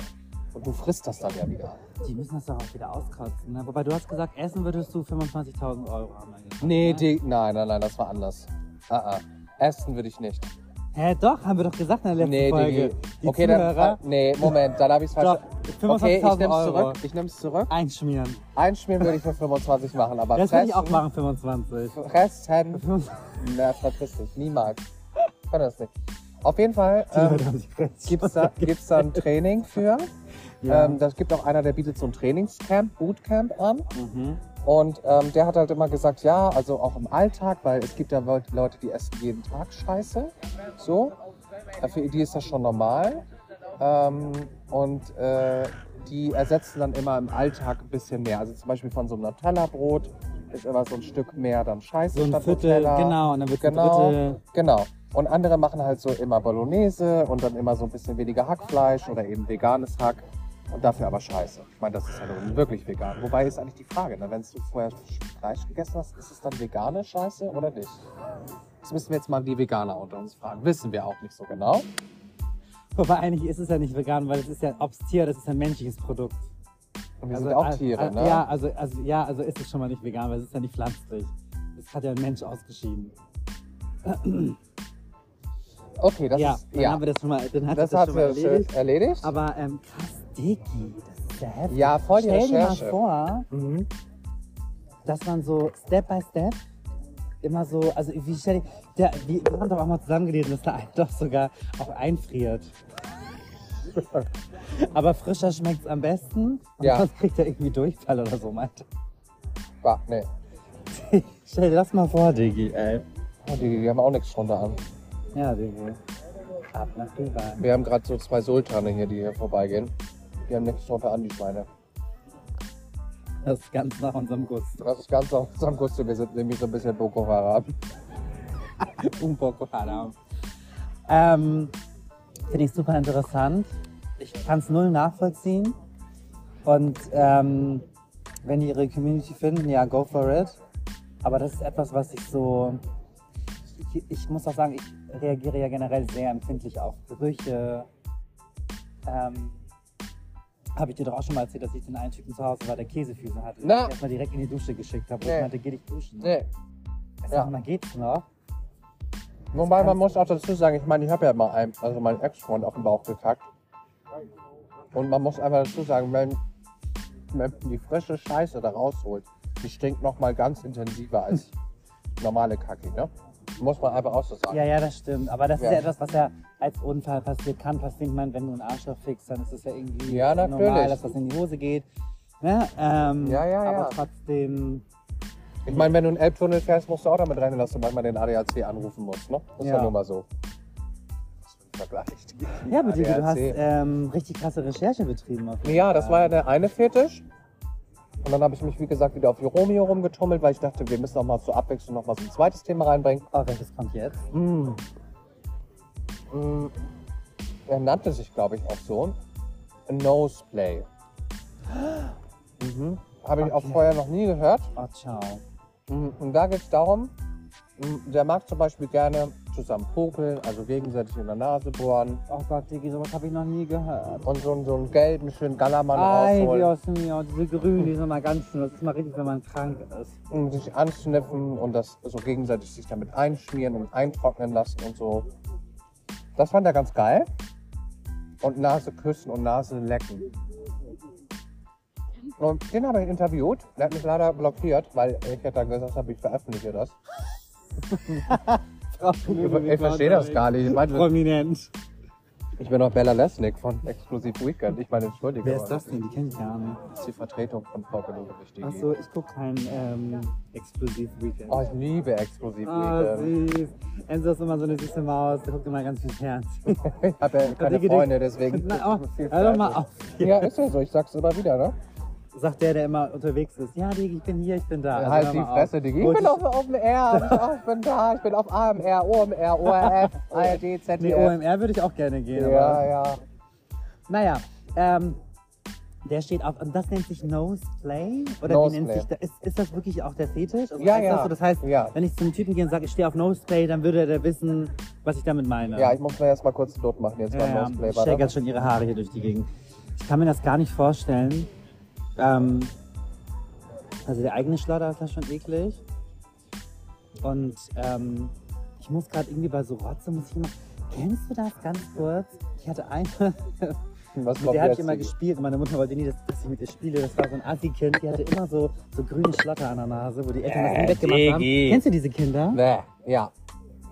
Und du frisst das dann ja wieder.
Die müssen das doch auch wieder auskotzen. Ne? Wobei du hast gesagt, essen würdest du 25.000 Euro haben. wir gesagt,
Nee,
ne?
die, nein, nein, nein, das war anders. Ah, ah. Essen würde ich nicht.
Hä, doch, haben wir doch gesagt in der letzten Folge.
Digi.
Die
okay,
Zuhörer
dann. ah, Nee, Moment, dann habe ich es falsch.
Doch,
Okay, ich
25.000
nehme
Euro.
zurück. Ich nehme es zurück.
einschmieren.
Einschmieren würde ich für 25 machen, aber
Das würde
fressen.
ich auch machen, 25.
Fressen.
25.
Na, verpiss dich. Niemals. Ich kann das nicht. Auf jeden Fall
Die Leute
ähm,
haben sich recht.
gibt es da, gibt's da ein Training für.
Ja.
Ähm, das gibt auch einer, der bietet so ein Trainingscamp, Bootcamp an.
Mhm.
Und ähm, der hat halt immer gesagt, ja, also auch im Alltag, weil es gibt ja Leut- Leute, die essen jeden Tag Scheiße. So. Äh, Für die ist das schon normal. Ähm, und äh, die ersetzen dann immer im Alltag ein bisschen mehr. Also zum Beispiel von so einem Nutella-Brot ist immer so ein Stück mehr dann Scheiße
So ein
statt
Viertel,
Nutella.
genau, und dann wird
Genau.
ein Drittel.
Genau. Und andere machen halt so immer Bolognese und dann immer so ein bisschen weniger Hackfleisch oder eben veganes Hack. Und dafür aber scheiße. Ich meine, das ist ja nun wirklich vegan. Wobei ist eigentlich die Frage, ne? wenn du vorher Fleisch gegessen hast, ist es dann vegane Scheiße oder nicht? Das müssen wir jetzt mal die Veganer unter uns fragen. Wissen wir auch nicht so genau.
Wobei eigentlich ist es ja nicht vegan, weil es ist ja, ob's Tier, das ist ein menschliches Produkt.
Und wir sind ja auch
al-
Tiere,
al-
ne?
äh, Ja also, also, ja, also ist es schon mal nicht vegan, weil es ist ja nicht pflanzlich. Das hat ja ein Mensch ausgeschieden.
Okay, das
ja,
ist.
dann
Ja,
haben wir das schon mal, dann hat
das,
das, das
hat
schon
wir
mal
schön
erledigt.
erledigt.
Aber ähm, krass, Digi, das ist ja heftig.
Ja, voll die
Stell dir mal
Recherche.
vor,
mhm.
dass man so Step by Step immer so, also wie stell ich, der, wir wir haben doch auch mal zusammengelesen, dass der eine doch sogar auch einfriert. Aber frischer schmeckt's am besten. Und
Ja.
Sonst kriegt er irgendwie Durchfall oder so, meinte.
Ah, nee.
Stell dir das mal vor, Diggi, ey.
Oh, die, die haben auch nichts drunter an.
Ja, Diggi. Ab nach Dubai.
Wir haben gerade so zwei Sultane hier, die hier vorbeigehen. Die haben nichts drunter an, die Schweine.
Das ist ganz nach unserem Gusto.
Das ist ganz auf unserem Gusto. Wir sind nämlich so ein bisschen Boko Haram.
Un poco haram. Ähm, Finde ich super interessant. Ich kann es null nachvollziehen. Und ähm, wenn die ihre Community finden, ja, go for it. Aber das ist etwas, was ich so. Ich, ich muss auch sagen, ich reagiere ja generell sehr empfindlich auf Gerüche. Ähm, habe ich dir doch auch schon mal erzählt, dass ich den einen Typen zu Hause war, der Käsefüße hatte.
Na.
Ich erstmal direkt in die Dusche geschickt habe.
Nee.
Ich meinte, geh dich duschen.
Nee.
Ich
ja.
sag mal, geht's noch?
Wobei man muss auch dazu sagen, ich meine, ich habe ja mal einem, also meinen Ex-Freund auf den Bauch gekackt. Und man muss einfach dazu sagen, wenn man die frische Scheiße da rausholt, die stinkt nochmal ganz intensiver als normale Kacke, ne? Muss man einfach auch so sagen.
Ja, ja, das stimmt. Aber das
Ja.
ist ja etwas, was ja als Unfall passiert kann. Passiert man, wenn du einen Arschloch fickst, dann ist es ja irgendwie
Ja, natürlich.
normal, dass das in die Hose geht. Ne? Ähm,
Ja, ja,
aber
ja.
trotzdem,
Ich meine, wenn du einen Elbtunnel fährst, musst du auch damit rechnen, dass du manchmal den ADAC anrufen musst, ne? Ist ja,
Ja.
nun mal so. vergleicht.
Ja, aber Digi, du hast
ADAC.
ähm, richtig krasse Recherche betrieben. Auf jeden
Ja, das
Fall.
war ja der eine Fetisch. Und dann habe ich mich, wie gesagt, wieder auf Jeromio rumgetummelt, weil ich dachte, wir müssen auch mal zur Abwechslung noch mal so ein zweites Thema reinbringen.
Oh, welches kommt jetzt?
Mm. Mm. Er nannte sich, glaube ich, auch so. Noseplay. Mhm. Habe ich auch
Okay.
vorher noch nie gehört.
Oh, ciao.
Mm, Und da geht es darum, mm, der mag zum Beispiel gerne zusammen popeln, also gegenseitig in der Nase bohren
Oh Gott, Digi, sowas habe ich noch nie gehört.
und so, einen- so einen gelben, schönen Gallermann
Ei, die
rausholen
aus mir, diese Grünen, die sind mal ganz schön. Das ist mal richtig, wenn man krank ist.
und um sich anschniffen und das so gegenseitig sich damit einschmieren und eintrocknen lassen und so. Das fand er ganz geil. Und Nase küssen und Nase lecken. Und den habe ich interviewt. Der hat mich leider blockiert, weil ich hätte dann gesagt habe, ich veröffentliche das.
Oh,
Ich, ich verstehe das gar nicht. Ich, meine,
Prominent.
ich bin doch Bella Lesnick von Exklusiv Weekend. Ich meine, entschuldige.
Wer
aber
ist das denn? Die kenne ich gar nicht.
Das ist die Vertretung von Frau Ludwig.
Achso, ich gucke kein ähm, Exklusiv-Weekend.
Oh, ich liebe Exklusiv
Ah,
Weekend.
süß. Enzo ist immer so eine süße Maus, der guckt immer ganz viel Fernsehen.
Ich habe ja keine
Digga,
Freunde, deswegen.
Na, oh,
viel
hör doch mal
Fernsehen.
auf.
Ja, ist ja so, ich sag's immer wieder, ne?
Sagt der, der immer unterwegs ist. Ja, Digi, ich bin hier, ich bin da. Also
halt
hör
die
mal auf.
Fresse, Digi. Ich
Hol
bin
dich-
auf Open Air, oh, ich bin da, ich bin auf AMR, OMR, ORF, ARD, ZDF.
Nee, OMR würde ich auch gerne gehen.
E ja,
aber-
ja.
Naja, ähm, der steht auf, und das nennt sich Noseplay? Oder wie nennt
Noseplay.
sich das? Ist, ist das wirklich auch der Fetisch? Also
Ja,
heißt
ja.
Das, so, das heißt,
Ja.
wenn ich zum Typen gehe und sage, ich stehe auf Noseplay, dann würde der wissen, was ich damit meine.
Ja, ich muss mir erst mal kurz einen Not machen jetzt beim ne?
Ja,
Noseplay.
ich stecke
warte.
jetzt schon ihre Haare hier durch die Gegend. Ich kann mir das gar nicht vorstellen. Ähm, also der eigene Schlauder ist ja schon eklig. Und ähm, ich muss gerade irgendwie bei so Rotze, muss ich immer... Kennst du das ganz kurz? Ich hatte eine,
Was
mit
kommt
der habe ich
jetzt,
immer
Digi?
gespielt. Meine Mutter wollte nie, dass dass ich mit ihr spiele. Das war so ein Assi-Kind. Die hatte immer so, so grüne Schlatter an der Nase, wo die Eltern das nie
Äh,
weggemacht haben.
Digi.
Kennst du diese Kinder?
Nee, ja.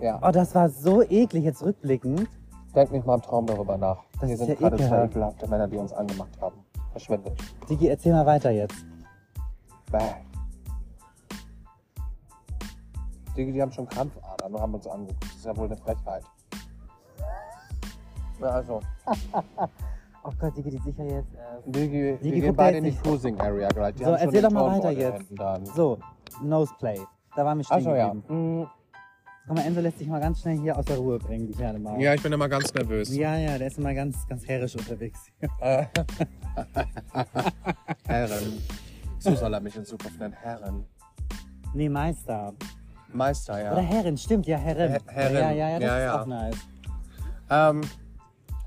Ja,
Oh, das war so eklig, jetzt rückblickend.
denk nicht mal im Traum darüber nach.
Das
Hier
ist
sind
ja
gerade zwei
ekelhaft.
ekelhafte Männer, die uns angemacht haben. Verschwindet.
Digi, erzähl mal weiter jetzt.
Bäh. Digga, die haben schon Krampfadern und haben uns angeguckt. Das ist ja wohl eine Frechheit. Na also,
Oh Gott, Digi, die sicher jetzt. Äh,
Digi,
Digi,
wir
guck
gehen
mal
beide in
jetzt
die
nicht.
Cruising Area gerade. Die
So,
haben schon
erzähl
den
doch mal
Turm
weiter
in den
jetzt.
Händen Dran.
so, Noseplay. Da waren wir stehen
also ja.
geblieben.
Hm,
Guck mal, Enzo lässt sich mal ganz schnell hier aus der Ruhe bringen, die Kerle mal.
Ja, ich bin immer ganz nervös.
ja, ja, der ist immer ganz, ganz herrisch unterwegs.
Herren. So soll er mich in Zukunft nennen. Herren.
nee, Meister.
Meister,
Oder
ja.
Herrin, stimmt, ja, Herrin.
Her- Herrin.
Ja, ja, ja, das
Ja,
ist
ja.
auch nice.
Ähm,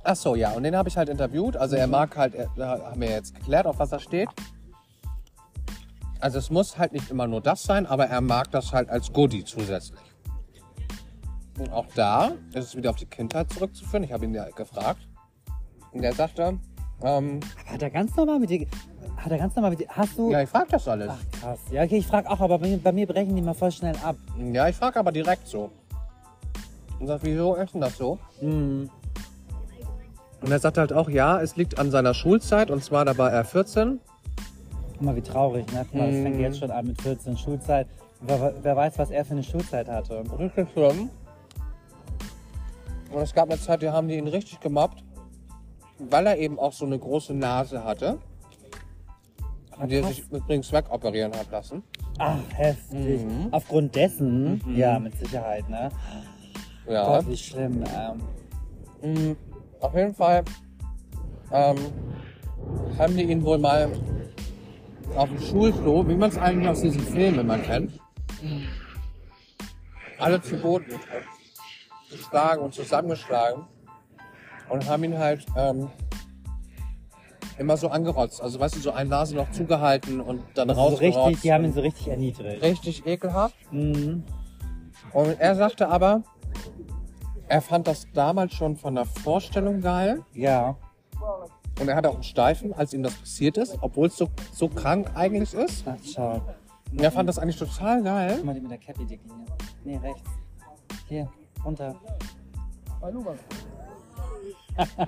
ach so, ja. Und den habe ich halt interviewt. Also
Mhm.
er mag halt, er- da haben wir jetzt geklärt, auf was er steht. Also es muss halt nicht immer nur das sein, aber er mag das halt als Goodie zusätzlich. Und auch da ist es wieder auf die Kindheit zurückzuführen. Ich habe ihn ja gefragt. Und er sagte, ähm,
Aber hat er ganz normal mit dir. Hat er ganz normal mit dir. Hast du.
ja, ich frage das alles.
Ach krass. Ja, okay, ich frage auch, aber bei mir, bei mir brechen die mal voll schnell ab.
Ja, ich frage aber direkt so. Und sagt, wieso ist denn das so? Hm. Und er sagt halt auch, ja, es liegt an seiner Schulzeit und zwar da war er 14.
Guck mal, wie traurig, ne? Guck mal,
Mhm.
das fängt jetzt schon an mit 14 Schulzeit. Wer, wer weiß, was er für eine Schulzeit hatte.
Richtig schlimm. Und es gab eine Zeit, da haben die ihn richtig gemobbt, weil er eben auch so eine große Nase hatte. Und die er sich übrigens wegoperieren hat lassen.
Ach, heftig.
mhm.
Aufgrund dessen, ja, mit Sicherheit, ne?
Ja.
Gott, wie schlimm. Ähm,
Mhm. Auf jeden Fall ähm, haben die ihn wohl mal auf dem Schulfloh, wie man es eigentlich aus diesen Filmen man kennt, alle zu Boden geschlagen und zusammengeschlagen und haben ihn halt ähm, immer so angerotzt. Also weißt du, so ein Nase noch zugehalten und dann
also so
rausgerotzt.
richtig, die haben ihn so richtig erniedrigt.
richtig ekelhaft.
Mhm.
Und er sagte aber, er fand das damals schon von der Vorstellung geil.
Ja.
Und er hat auch einen Steifen, als ihm das passiert ist, obwohl es so, so krank eigentlich ist.
Ach, schau.
Und er fand das eigentlich total
Guck
geil.
mal, die mit der Cappy, die ging hier. Nee, rechts. Hier, runter.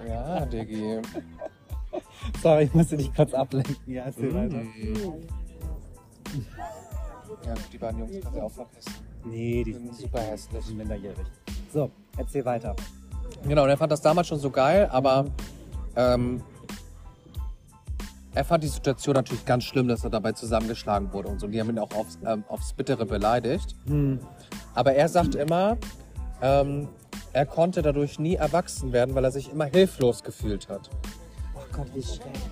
Ja, Diggi.
Sorry, ich musste dich kurz ablenken. Ja, erzähl
Mm.
weiter.
Ja, die beiden Jungs kannst du auch vergessen.
Nee,
Die sind super hässlich.
minderjährig. So, erzähl weiter.
Genau, und er fand das damals schon so geil, aber ähm, er fand die Situation natürlich ganz schlimm, dass er dabei zusammengeschlagen wurde und so. Die haben ihn auch aufs, ähm, aufs Bittere beleidigt. Aber er sagt immer, ähm, er konnte dadurch nie erwachsen werden, weil er sich immer hilflos gefühlt hat.
Oh Gott, wie schlecht.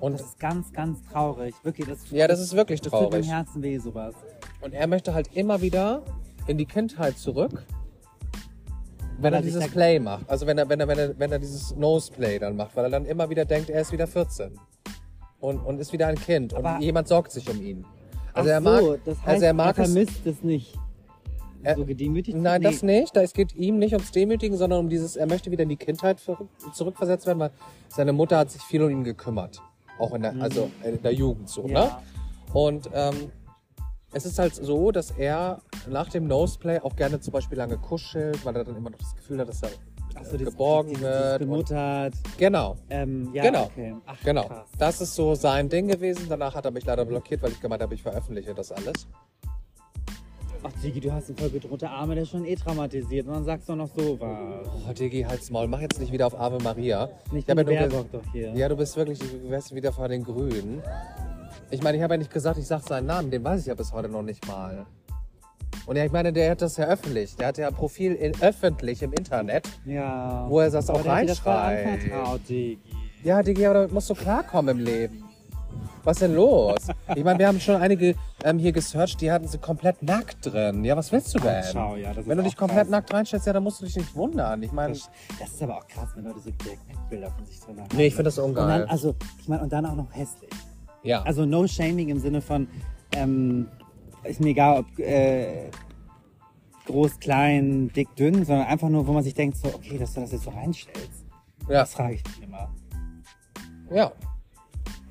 Und
Das ist ganz, ganz traurig. Wirklich, das,
ja, das ist wirklich
das tut mir im
traurig.
Herzen weh, sowas.
Und er möchte halt immer wieder in die Kindheit zurück, wenn
Weil
er
er sich
dieses
da-
Play macht. Also wenn er, wenn er, wenn er, wenn er dieses Nose-Play dann macht, weil er dann immer wieder denkt, er ist wieder 14. Und, und ist wieder ein Kind. Und
Aber-
jemand sorgt sich um ihn. Also
Ach
er mag,
so, das heißt,
also er mag es,
vermisst es nicht.
Er-
so gedemütigt zu-
Nein,
nee.
das nicht. Da- Es geht ihm nicht ums Demütigen, sondern um dieses, er möchte wieder in die Kindheit ver- zurückversetzt werden, weil seine Mutter hat sich viel um ihn gekümmert. Auch in der, also in der Jugend so, ne?
Mhm. Ja.
Und ähm, es ist halt so, dass er nach dem Noseplay auch gerne zum Beispiel lange kuschelt, weil er dann immer noch das Gefühl hat, dass er
Ach
äh,
so, dieses-
geborgen
dieses- dieses
wird. Und,
Bemuttert.
genau,
Ähm, ja,
Genau.
Okay. Ach,
genau.
Krass.
Das ist so sein Ding gewesen. Danach hat er mich leider blockiert, weil ich gemeint habe, ich veröffentliche das alles.
Ach, Digi, du hast einen voll gedrohte Arme, der ist schon eh traumatisiert. Und dann sagst du auch noch sowas.
Oh, Diggi, halt's Maul. Mach jetzt nicht wieder auf Ave Maria.
Nicht
Ich hab
mit
ja nur ge-
Baerbock doch hier.
Ja, du bist wirklich, du wärst wieder vor den Grünen. Ich meine, ich habe ja nicht gesagt, ich sag seinen Namen, den weiß ich ja bis heute noch nicht mal. Und ja, ich meine, der hat das ja öffentlich. Der hat ja ein Profil in, öffentlich im Internet,
Ja.
wo er das
Aber
auch
der hat dir das voll
reinschreibt.
anvertraut, Digi.
Ja, Digi, aber damit musst du klarkommen im Leben. Was denn los? Ich meine, wir haben schon einige ähm, hier gesearcht, die hatten sie komplett nackt drin. Ja, was willst du denn?
schau, ja, das ist
Wenn du dich
auch
komplett
krass.
nackt reinstellst, ja, dann musst du dich nicht wundern. Ich meine,
Das, das ist aber auch krass, wenn Leute so direkt Bilder von sich drin haben.
nee, ich finde das
Und dann,
ungeil.
also, ich meine, und dann auch noch hässlich.
Ja.
Also no shaming im Sinne von, ähm, ist mir egal, ob äh, groß, klein, dick, dünn, sondern einfach nur, wo man sich denkt, so, okay, dass du das jetzt so reinstellst.
ja.
Das frage ich mich immer.
ja.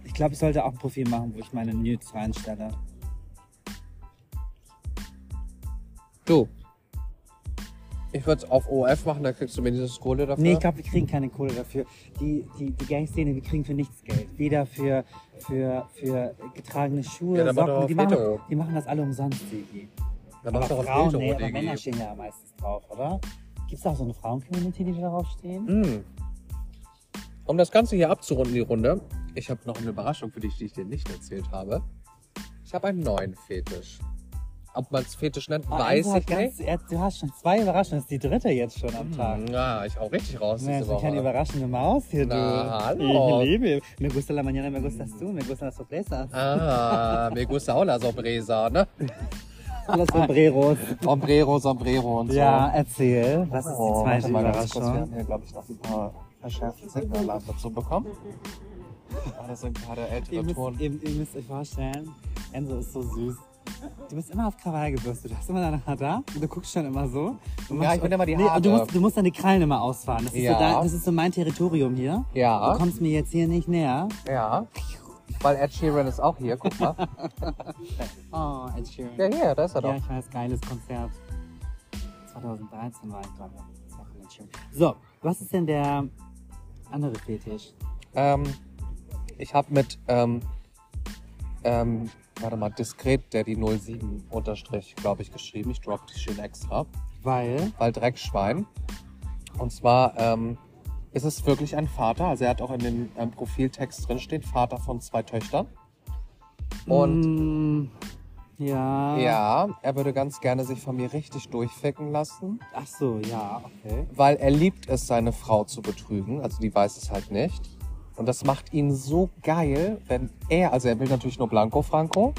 Ich glaube, ich sollte auch ein Profil machen, wo ich meine Nudes reinstelle.
Du. Ich würde es auf OF machen, da kriegst du wenigstens Kohle dafür.
Nee, ich glaube, wir kriegen keine Kohle dafür. Die, die, die Gangszene, wir kriegen für nichts Geld. Weder für, für, für getragene Schuhe,
Ja, dann mach doch
Socken.
auf
Die machen,
Hetero.
die machen das alle umsonst, Digi.
Dann
Aber
machst du auch
Frauen,
Hetero,
nee, aber
Digi.
Männer stehen ja am meisten drauf, oder? Gibt es auch so eine Frauen-Community, die darauf stehen?
Hm. Um das Ganze hier abzurunden, die Runde, ich habe noch eine Überraschung für dich, die ich dir nicht erzählt habe. Ich habe einen neuen Fetisch. Ob man es Fetisch nennt,
Ah,
weiß
Enzo hat
ich nicht. Hm,
er- du hast schon zwei Überraschungen, das ist die dritte jetzt schon am Tag.
Ja, ich hau richtig raus
Mensch,
diese
ich eine
Woche.
überraschende Maus hier, du.
Na, hallo.
Ich liebe. Me gusta la mañana, me gustas tú, me gustan las sorpresas.
Ah, me gusta auch la sorpresa, ne?
Los sombreros.
Sombrero, Sombrero und so.
Ja, erzähl. Was ist die
Oh,
zweite
warte mal ganz kurz, Wir
Überraschung?
haben hier, glaube ich, noch ein paar verschärfte Signale dazu bekommen. Ah, Das sind gerade
Ihr
ältere
müsst,
Touren.
ihr, ihr müsst euch vorstellen, Enzo ist so süß. Du bist immer auf Krawall gebürstet. Du hast immer deine Haare da und du guckst schon immer so. Du
Ja,
machst-
ich bin immer die
und du,
Haare.
musst, du musst deine Krallen immer ausfahren. Das ist,
Ja.
so dein, das ist so mein Territorium hier.
Ja.
Du kommst mir jetzt hier nicht näher.
Ja, weil Ed Sheeran ist auch hier, guck mal.
Oh, Ed Sheeran.
Ja, hier, da ist er
Ja,
doch.
ich weiß, geiles Konzert. 2013 war ich, glaube ich. Das war ganz schön. So, was ist denn der andere Fetisch?
Ähm, ich habe mit, ähm, ähm, warte mal, diskret der die 07 unterstrich, glaube ich, geschrieben. Ich droppe die schön extra,
Weil,
weil Dreckschwein. Und zwar ähm, ist es wirklich ein Vater. Also er hat auch in dem ähm, Profiltext drin steht, Vater von zwei Töchtern. Und
Mm, ja.
ja, er würde ganz gerne sich von mir richtig durchficken lassen.
Ach so, ja, okay.
weil er liebt es, seine Frau zu betrügen. Also die weiß es halt nicht. Und das macht ihn so geil, wenn er, also er will natürlich nur Blanco Franco.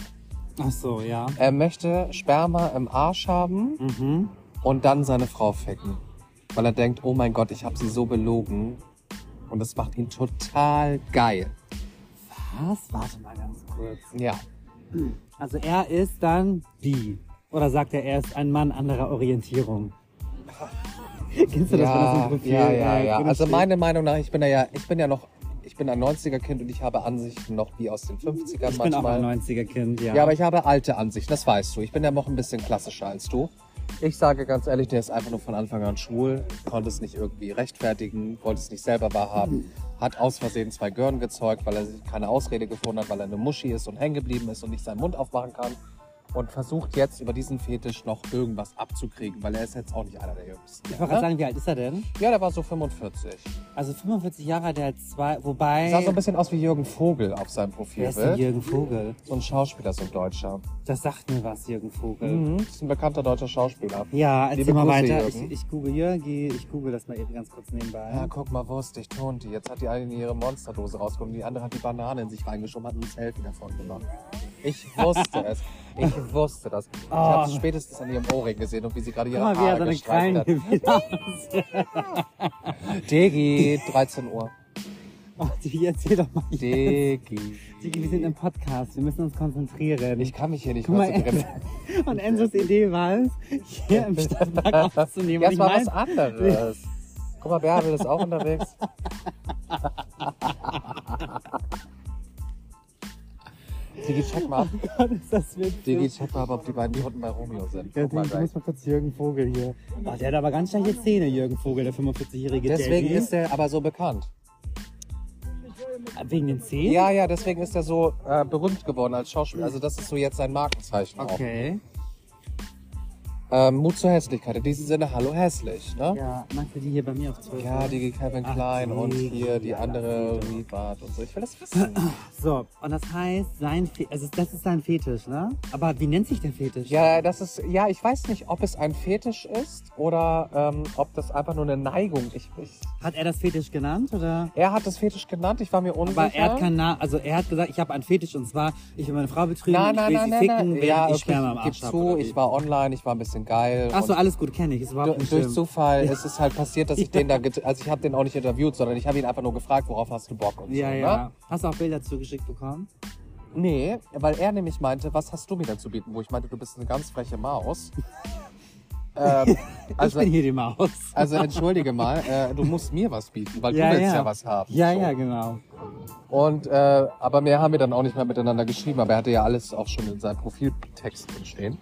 Ach so, ja.
Er möchte Sperma im Arsch haben
Mhm.
und dann seine Frau ficken. Weil er denkt, oh mein Gott, ich habe sie so belogen. Und das macht ihn total geil.
Was? Warte mal ganz kurz.
Ja.
Also er ist dann die. Oder sagt er, er ist ein Mann anderer Orientierung? Kennst du das, wenn das
Ja,
im Profil
ja, ja,
äh,
ja.
drin
Also
steht?
meine Meinung nach, ich bin da ja, ich bin ja noch, ich bin ein 90er-Kind und ich habe Ansichten noch wie aus den 50ern
Ich bin auch
manchmal.
ein 90er-Kind, ja.
Ja, aber ich habe alte Ansichten, das weißt du. Ich bin ja noch ein bisschen klassischer als du. Ich sage ganz ehrlich, der ist einfach nur von Anfang an schwul, konnte es nicht irgendwie rechtfertigen, wollte es nicht selber wahrhaben, hat aus Versehen zwei Gören gezeugt, weil er sich keine Ausrede gefunden hat, weil er eine Muschi ist und hängen geblieben ist und nicht seinen Mund aufmachen kann. und versucht jetzt über diesen Fetisch noch irgendwas abzukriegen, weil er ist jetzt auch nicht einer der Jüngsten.
Ich wollte
ne?
gerade sagen, wie alt ist er denn?
Ja, der war so 45.
Also 45 Jahre hat er jetzt zwei, wobei...
Sah so ein bisschen aus wie Jürgen Vogel auf seinem
Wer ist denn
Profilbild.
Jürgen Vogel?
So ein Schauspieler, so ein deutscher.
Das sagt mir was, Jürgen Vogel.
Mhm. Das ist ein bekannter deutscher Schauspieler.
Ja, erzähl
Liebe
mal
Grüße,
weiter.
Jürgen.
Ich, ich google Jürgi, ich google das mal eben ganz kurz nebenbei.
Ja, guck mal, Wurstig, Tonti. Jetzt hat die eine ihre Monsterdose rausgenommen, die andere hat die Banane in sich reingeschoben, hat uns Helfen davon genommen. Ich wusste es. Ich wusste das. Ich habe es spätestens an ihrem Ohrring gesehen und wie sie gerade ihre
Ah. Guck mal, wie er
Haare
seine
gestreift
Krallen
hat.
wieder aus. Digi.
Geht 13 Uhr.
Oh, Digi, erzähl doch mal.
Digi.
Digi, wir sind im Podcast, wir müssen uns konzentrieren.
Ich kann mich hier nicht
Guck mal,
mehr so drin.
Enzo- und Enzos Idee war es, hier im Stadtpark aufzunehmen.
Ja,
Und
es
ich
war was
mein-
anderes. Guck mal, Bärbel ist auch unterwegs. Digi, check mal ab.
Gott, ist das witzig.
Digi, check mal ab, ob die beiden Toten bei Romeo sind.
Ja,
Guck mal
Digi, du
gleich.
musst mal kurz Jürgen Vogel hier. Oh, der hat aber ganz starke Zähne, Jürgen Vogel, der 45-jährige
Deswegen
Digi.
ist er aber so bekannt.
Ah, Wegen den Zähnen?
Ja, ja, deswegen ist er so äh, berühmt geworden als Schauspieler. Also das ist so jetzt sein Markenzeichen
Okay.
auch. Ähm, Mut zur Hässlichkeit. In diesem Sinne, hallo hässlich, ne?
Ja, magst du die hier bei mir auf 12?
Ja, die Calvin
Ach,
Klein und
die-
hier die
ja,
andere
die-
Reebart und so. Ich will das wissen.
So, und das heißt, sein Fe also das ist sein Fetisch, ne? Aber wie nennt sich der Fetisch?
Ja, das ist, ja, ich weiß nicht, ob es ein Fetisch ist oder ähm, ob das einfach nur eine Neigung. Ich, ich,
Hat er das Fetisch genannt oder?
er hat es Fetisch genannt, ich war mir unsicher.
Aber er hat keinen Namen, also er hat gesagt, ich habe einen Fetisch und zwar, ich will meine Frau betrügen,
Nein, nein,
ich will
nein,
sie
nein,
ficken,
nein.
während
Ja,
ich
okay,
Sperma am
gib
Arsch hab,
zu,
oder wie?
ich war online, ich war ein bisschen geil.
Ach so,
und
alles gut, kenne ich, ist überhaupt
Du,
nicht
durch
schlimm.
Zufall es ist halt passiert, dass ich den da, get- also ich habe den auch nicht interviewt, sondern ich habe ihn einfach nur gefragt, worauf hast du Bock und
Ja,
so.
ja. Hast du auch Bilder zugeschickt bekommen?
Ne? Nee, weil er nämlich meinte, was hast du mir denn zu bieten? Wo ich meinte, du bist eine ganz freche Maus. ähm, also,
ich bin hier die Maus.
also entschuldige mal, äh, du musst mir was bieten, weil
Ja,
du willst
ja.
ja, was haben.
Ja,
so.
ja, genau.
Und äh, aber mehr haben wir dann auch nicht mehr miteinander geschrieben, aber er hatte ja alles auch schon in seinem Profiltext drin stehen.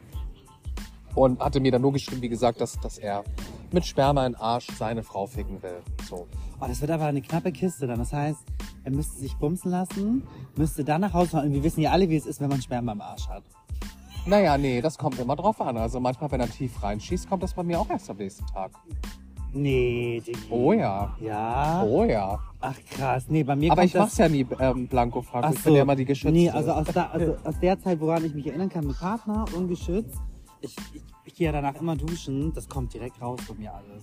Und hatte mir dann nur geschrieben, wie gesagt, dass, dass er mit Sperma in den Arsch seine Frau ficken will. So.
Oh, das wird aber eine knappe Kiste dann. Das heißt, er müsste sich bumsen lassen, müsste dann nach Hause fahren. Und wir wissen ja alle, wie es ist, wenn man Sperma am Arsch hat.
Naja, nee, das kommt immer drauf an. Also manchmal, wenn er tief reinschießt, kommt das bei mir auch erst am nächsten Tag.
Nee, Digi.
Oh ja.
Ja.
Oh ja.
Ach krass. Nee, bei mir
Aber
Ah. kommt
ich
das...
mach's ja nie ähm, blanko
Ach
frank Ich
so.
bin ja immer die Geschützte.
Nee, also aus, da, also aus der Zeit, woran ich mich erinnern kann, mit Partner, ungeschützt. Ich, ich, ich gehe ja danach immer duschen. Das kommt direkt raus von mir alles.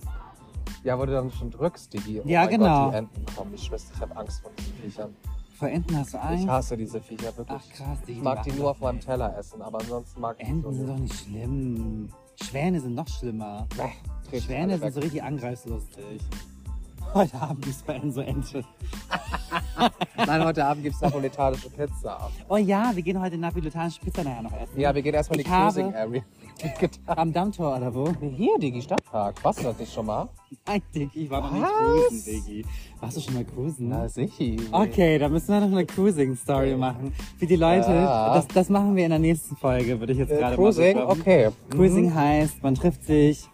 ja, wo du dann schon drückst, Digi. Oh
Ja,
mein
genau.
Gott, die Enten kommen. Ich schwöre, ich habe Angst vor diesen Viechern.
Vor Enten hast du
Ich
Angst?
hasse diese Viecher wirklich.
Ach krass, Digi.
Ich mag die
machen
nur auf
doch
meinem
nichts.
Teller essen, aber ansonsten mag ich
Enten sind doch nicht schlimm. Schwäne sind noch schlimmer.
Äh,
Schwäne sind so richtig angreifslustig. Heute Abend gibt's bei Enzo Ente.
Nein, heute Abend gibt's napolitanische Pizza.
Oh ja, wir gehen heute napolitanische Pizza nachher noch essen.
Ja, wir gehen erstmal in die
Ich habe-
Cruising Area.
Am Dammtor oder wo?
Hier, Digi, Stadtpark. Warst du das nicht schon
Hm?
mal?
Nein, Diggi, ich war noch nicht
Was?
cruisen, Diggi. Warst du schon mal cruisen?
Na, sicher.
Okay, da müssen wir noch eine Cruising-Story machen. Für die Leute,
Ja.
das, das machen wir in der nächsten Folge, würde ich jetzt
Äh,
gerade
Cruising,
mal Hm? so glauben.
okay. Mhm.
Cruising heißt, man trifft sich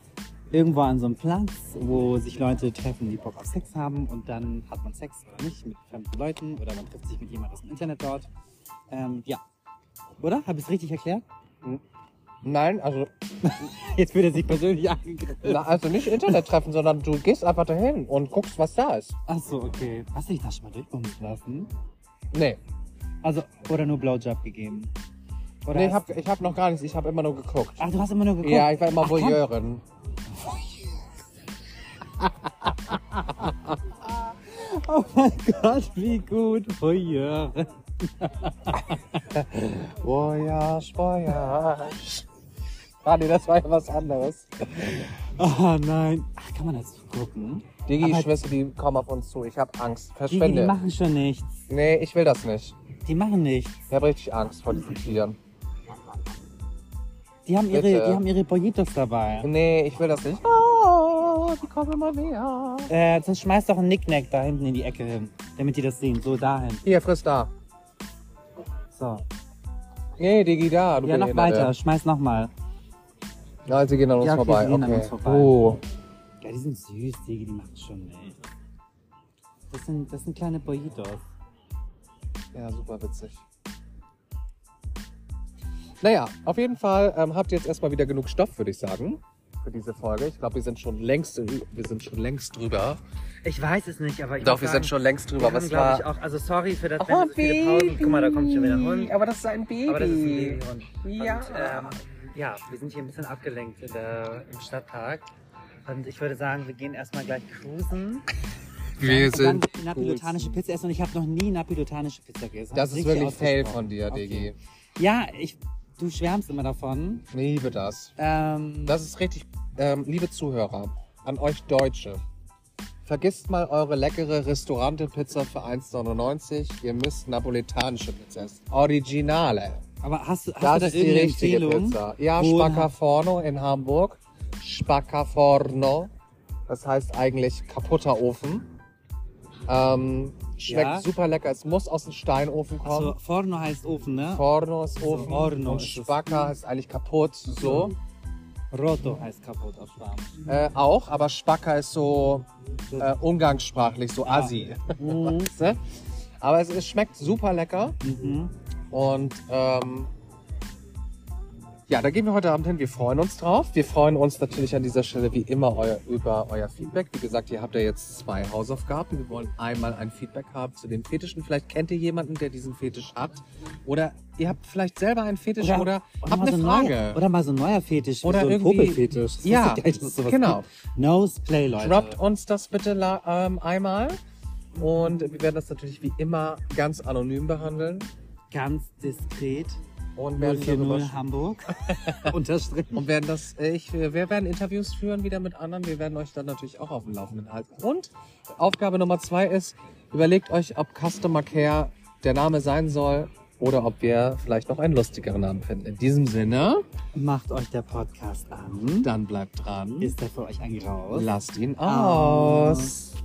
irgendwo an so einem Platz, wo sich Leute treffen, die Bock auf Sex haben und dann hat man Sex oder nicht mit fremden Leuten oder man trifft sich mit jemandem aus dem Internet dort. Ähm, ja. Oder? Habe ich es richtig erklärt?
Nein, also,
Jetzt wird er sich persönlich angegriffen.
na, also nicht Internettreffen, sondern du gehst einfach dahin und guckst, was da ist.
Achso, okay. Hast du dich da schon mal durchbumsen lassen?
Nee,
Also, oder nur Blowjob gegeben? Oder
nee ich,
hast-
hab, ich hab noch gar nichts, ich hab immer nur geguckt.
Ach, du hast immer nur geguckt?
Ja, ich war immer
Ach, komm.
Voyeurin.
Oh mein Gott, wie gut. Voyeurin.
Voyage, Voyage. Ah, nee, das war ja was anderes.
Oh nein. Ach, kann man das gucken?
Digi,
Aber-
ich schwöre, die kommen auf uns zu. Ich habe Angst.
Die, die
Verschwinde.
machen schon nichts.
Nee, ich will das nicht.
Die machen nichts.
Ich habe richtig Angst vor diesen Tieren.
Die haben ihre,
Bitte.
die haben ihre Pollitos dabei.
Nee, ich will das nicht. Oh, die kommen immer näher.
Äh, dann schmeiß doch einen Nicknack da hinten in die Ecke hin, damit die das sehen. So, dahin.
Hier, friss da.
So.
Nee, Digi, da. Du
Ja, noch
Behinderte.
weiter. Schmeiß nochmal.
Nein, sie gehen an uns
Ja, okay,
vorbei.
sie gehen an
okay.
uns vorbei.
Oh.
Ja, die sind süß, Digi, die machen schon nichts. Das sind, das sind kleine Pollitos.
Ja, super witzig. Naja, auf jeden Fall ähm, habt ihr jetzt erstmal wieder genug Stoff, würde ich sagen, für diese Folge. Ich glaube, wir sind schon längst, wir sind schon längst drüber.
Ich weiß es nicht, aber ich
Doch,
muss
wir
sagen,
sind schon längst drüber.
wir
Was
haben, glaub
war? Oh,
ich auch, also sorry für das, wenn so viele Pausen. Guck mal, da kommt schon wieder ein Hund.
Aber das ist ein Baby.
Aber das ist ein Babyhund.
Ja.
Und, ähm, ja, wir sind hier ein bisschen abgelenkt in der, im Stadtpark. Und ich würde sagen, wir gehen erstmal gleich cruisen.
Wir sind.
Dann napilutanische Pizza essen und ich habe noch nie napilutanische Pizza gegessen.
Das
Hab
ist
richtig
wirklich fail
ausgesprochen.
von dir,
Okay.
Digi.
Ja, ich, du schwärmst immer davon.
Ich liebe das.
Ähm,
Das ist richtig, ähm, liebe Zuhörer, an euch Deutsche. Vergisst mal eure leckere Restaurante-Pizza für 1,99. Ihr müsst napoletanische Pizza essen. Originale.
aber hast, du- hast
Das
du da
ist die
irgendeine
richtige
Empfehlung?
Pizza. Ja,
Wo-
Spaccaforno in Hamburg. Spaccaforno. Das heißt eigentlich kaputter Ofen. Ähm, schmeckt
Ja.
super lecker. Es muss aus dem Steinofen kommen.
Also, Forno heißt Ofen, ne?
Forno ist Ofen
Forno
und
ist es. Mhm.
Spacca ist eigentlich kaputt. So.
Roto heißt kaputt auf Spanisch.
Äh, auch, aber Spacca ist so äh, umgangssprachlich, so assi.
Mhm.
Weißt du? Aber es, es schmeckt super lecker.
mhm.
Und ähm, ja, da gehen wir heute Abend hin. Wir freuen uns drauf. Wir freuen uns natürlich an dieser Stelle wie immer euer, über euer Feedback. Wie gesagt, ihr habt ja jetzt zwei Hausaufgaben. Wir wollen einmal ein Feedback haben zu den Fetischen. Vielleicht kennt ihr jemanden, der diesen Fetisch hat. Oder ihr habt vielleicht selber einen Fetisch oder, habt
mal
eine
so ein
Frage.
Neuer, oder mal so ein neuer Fetisch.
Oder
so ein
irgendwie-
Popelfetisch. Das
Ja,
ist so geil, dass es sowas
genau.
gibt. Nose Play, Leute.
Droppt uns das bitte la- ähm, einmal. Und wir werden das natürlich wie immer ganz anonym behandeln.
Ganz diskret.
Und werden, darüber
040 Hamburg. Unterstrichen.
und werden das, äh, ich, wir werden Interviews führen wieder mit anderen. Wir werden euch dann natürlich auch auf dem Laufenden halten. Und Aufgabe Nummer zwei ist, überlegt euch, ob Customer Care der Name sein soll oder ob wir vielleicht noch einen lustigeren Namen finden. In diesem Sinne,
Macht euch der Podcast an.
dann bleibt dran.
Ist er für euch ein Graus?
Lasst ihn aus.
Aus.